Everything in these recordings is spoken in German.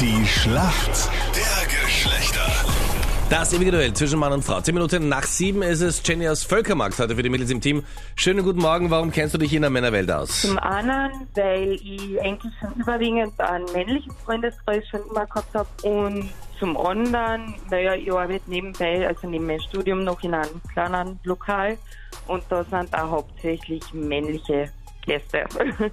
Die Schlacht der Geschlechter. Das ewige Duell zwischen Mann und Frau. Zehn Minuten nach sieben ist es Jenny aus Völkermarkt heute für die Mädels im Team. Schönen guten Morgen, warum kennst du dich in der Männerwelt aus? Zum anderen, weil ich eigentlich schon überwiegend einen männlichen Freundeskreis schon immer gehabt habe. Und zum anderen, naja, ich arbeite nebenbei, also neben meinem Studium noch in einem kleinen Lokal. Und da sind auch hauptsächlich männliche Gäste.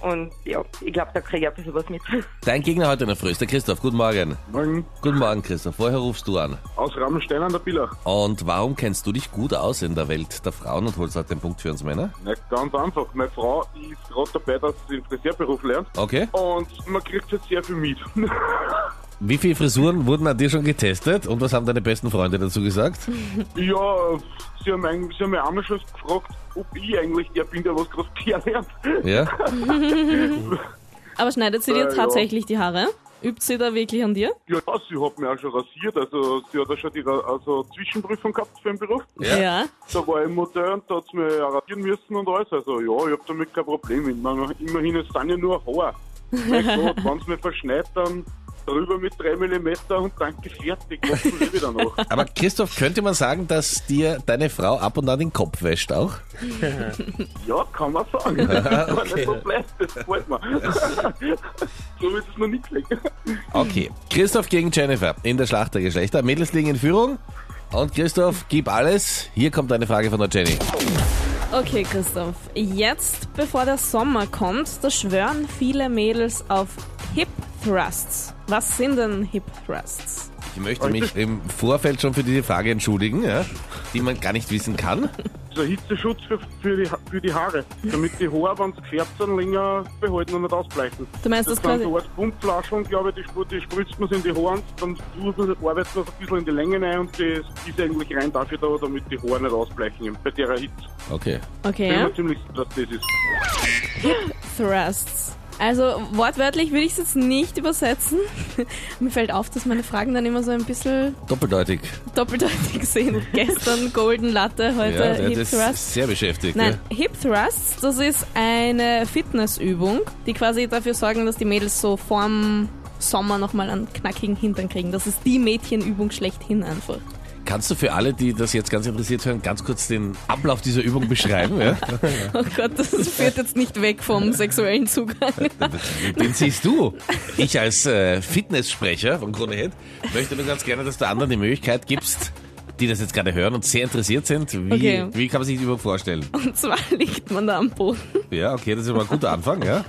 Und ja, ich glaube, da kriege ich ein bisschen was mit. Dein Gegner heute in der Früh ist der Christoph. Guten Morgen. Morgen Guten Morgen, Christoph. Woher rufst du an? aus Rammstein an der Billach. Und warum kennst du dich gut aus in der Welt der Frauen und holst heute den Punkt für uns Männer? Nicht ganz einfach. Meine Frau ist gerade dabei, dass sie den Friseurberuf lernt Okay. und man kriegt jetzt sehr viel mit. Wie viele Frisuren wurden an dir schon getestet und was haben deine besten Freunde dazu gesagt? ja, sie haben, eigentlich- sie haben mich einmal schon gefragt, ob ich eigentlich der bin, der was gerade gelernt. Ja? Aber schneidet sie dir Äh, ja. tatsächlich die Haare? Übt sie da wirklich an dir? Ja, sie hat mich auch schon rasiert. Also sie hat auch schon die Ra- also Zwischenprüfung gehabt für den Beruf. Ja. Da war ich im Modell und da hat sie mich auch rasieren müssen und alles. Also ja, ich habe damit kein Problem. Ich meine, immerhin, es sind ja nur Haare. mein Gott, wenn es mir verschneit, dann drüber mit 3 mm und danke fertig. Was soll ich wieder noch? Aber Christoph, könnte man sagen, dass dir deine Frau ab und an den Kopf wäscht auch? Ja, kann man sagen. Das war nicht so blöd, das gefällt mir. so wird es noch nie gelegt. Okay. Christoph gegen Jennifer in der Schlacht der Geschlechter. Mädels liegen in Führung. Und Christoph, gib alles. Hier kommt eine Frage von der Jenny. Okay, Christoph. Jetzt, bevor der Sommer kommt, da schwören viele Mädels auf Hip Thrusts. Was sind denn Hip Thrusts? Ich möchte mich im Vorfeld schon für diese Frage entschuldigen, ja, die man gar nicht wissen kann. So Hitzeschutz für, für, die, Ha- für die Haare. Damit die Haare, wenn sie gefärbt sind, länger behalten und nicht ausbleichen. Du meinst Das das sind quasi. so Art Pumpflaschen, glaube ich, die, spr- die spritzt man so in die Haare, und dann tut man sie- arbeitet man so ein bisschen in die Länge rein und die ist eigentlich rein dafür da, damit die Haare nicht ausbleichen bei der Hitze. Okay. Okay, Bin ja. mir ziemlich sicher, dass das ist. Thrusts. Also wortwörtlich würde ich es jetzt nicht übersetzen. Mir fällt auf, dass meine Fragen dann immer so ein bisschen Doppeldeutig. doppeldeutig sind. Gestern Golden Latte, heute Ja, Hip das Thrust. ist sehr beschäftigt. Also Nein, Hip Thrusts, das ist eine Fitnessübung, die quasi dafür sorgen, dass die Mädels so vorm Sommer nochmal einen knackigen Hintern kriegen. Das ist die Mädchenübung schlechthin einfach. Ja. Kannst du für alle, die das jetzt ganz interessiert hören, ganz kurz den Ablauf dieser Übung beschreiben? Ja? Oh Gott, das führt jetzt nicht weg vom sexuellen Zugang. Den siehst du. Ich als äh, Fitnesssprecher von Krone Hit möchte nur ganz gerne, dass du anderen die Möglichkeit gibst, die das jetzt gerade hören und sehr interessiert sind, wie, Okay. wie kann man sich die Übung vorstellen? Und zwar liegt man da am Boden Ja, okay, das ist mal ein guter Anfang, ja?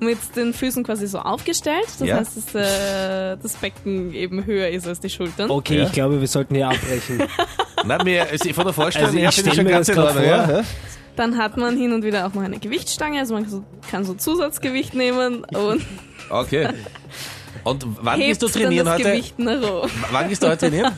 mit den Füßen quasi so aufgestellt. Das Ja. heißt, dass äh, das Becken eben höher ist als die Schultern. Okay, Ja. ich glaube, wir sollten hier abbrechen. Nein, mir, also von der Vorstellung Also ich her finde stell mir ganz das in grad Ordnung, vor. ja? Dann hat man hin und wieder auch noch eine Gewichtsstange, also man so- kann so Zusatzgewicht nehmen und Okay. Und wann hebt gehst du trainieren dann das heute? Gewicht nach oben. Wann gehst du heute trainieren?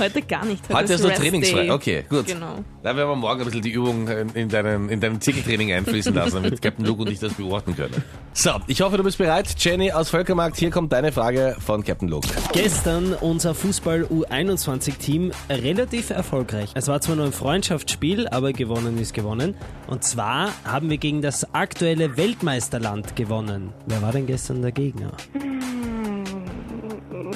Heute gar nicht. Heute ist nur Rest trainingsfrei. Day. Okay, gut. Genau. Dann werden wir morgen ein bisschen die Übung in in deinen, in deinem Zirkeltraining einfließen lassen, damit Captain Luke und ich das beobachten können. So, ich hoffe, du bist bereit. Jenny aus Völkermarkt, hier kommt deine Frage von Captain Luke. Gestern unser Fußball-U21-Team relativ erfolgreich. Es war zwar nur ein Freundschaftsspiel, aber gewonnen ist gewonnen. Und zwar haben wir gegen das aktuelle Weltmeisterland gewonnen. Wer war denn gestern der Gegner?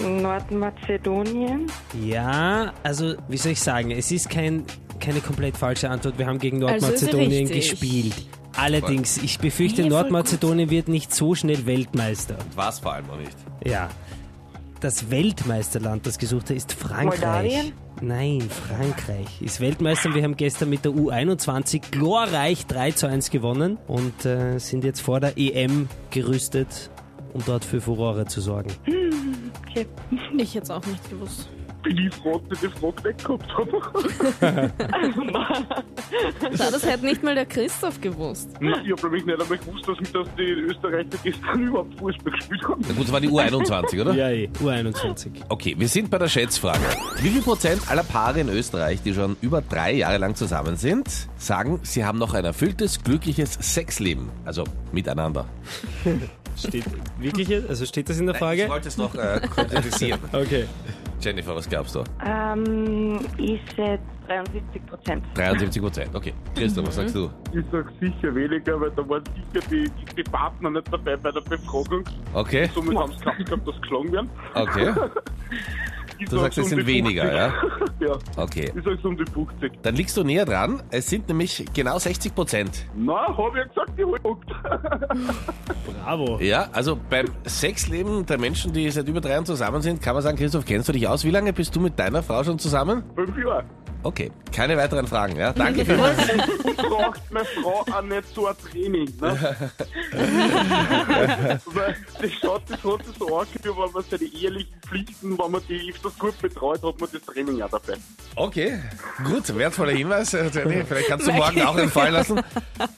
Nordmazedonien? Ja, also wie soll ich sagen, es ist kein, keine komplett falsche Antwort. Wir haben gegen Also ist Nordmazedonien richtig. gespielt. Allerdings, ich befürchte, Hey, voll Nordmazedonien wird nicht so schnell Weltmeister. War es vor allem auch nicht. Ja. Das Weltmeisterland, das gesuchte, ist Frankreich. Moldawien? Nein, Frankreich ist Weltmeister und wir haben gestern mit der U21 glorreich 3 zu 1 gewonnen und äh, sind jetzt vor der EM gerüstet, um dort für Furore zu sorgen. Ich hätte es auch nicht gewusst. Bin ich froh, dass ich die Frage nicht gehabt habe. Na, das hätte halt nicht mal der Christoph gewusst. Nein, ich habe nämlich nicht einmal gewusst, dass, dass die Österreicher gestern überhaupt Fußball gespielt haben. Na gut, das war die U21, oder? Ja, eh, U21. Okay, wir sind bei der Schätzfrage. Wie viel Prozent aller Paare in Österreich, die schon über drei Jahre lang zusammen sind, sagen, sie haben noch ein erfülltes, glückliches Sexleben? Also miteinander. Steht wirklich, also steht das in der Ich wollte es noch äh, konkretisieren. Okay. Jennifer, was glaubst du? Ähm, ich schätze 73 Prozent. 73 Prozent. Okay. Christoph, was sagst du? Ich sag sicher weniger, weil da waren sicher die, die Partner nicht dabei bei der Befragung. Okay. Somit haben sie gehabt, gehabt, dass geschlagen werden. Okay. Ich Ah, Du sag's sagst, es um sind die 50. weniger, ja? ja. Okay. Ich sag's um die 50. Dann liegst du näher dran. Es sind nämlich genau 60 Prozent. Na, hab ich ja gesagt, ich hol Punkt. Bravo. Ja, also beim Sexleben der Menschen, die seit über drei Jahren zusammen sind, kann man sagen, Christoph, kennst du dich aus? Wie lange bist du mit deiner Frau schon zusammen? Fünf Jahre. Okay, keine weiteren Fragen, ja? Danke vielmals. braucht meine Frau auch nicht so ein Training. Ne? Weil das schaut, das hat sich so angehört, wenn man seine ehrlichen Pflichten, wenn man die öfters gut betreut, hat man das Training auch dabei. Okay, gut, wertvoller Hinweis. Äh, Jenny, Vielleicht kannst du morgen auch einen Fall lassen.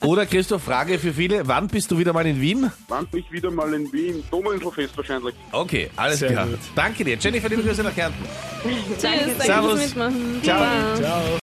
Oder Christoph, Frage für viele. Wann bist du wieder mal in Wien? Wann bin ich wieder mal in Wien? Dominselfest wahrscheinlich. Okay, alles Sehr klar. gut. Danke dir. Jennifer, liebe Grüße nach Kärnten. Tschüss, danke Servus. fürs Mitmachen. Ciao. Baba. Ciao.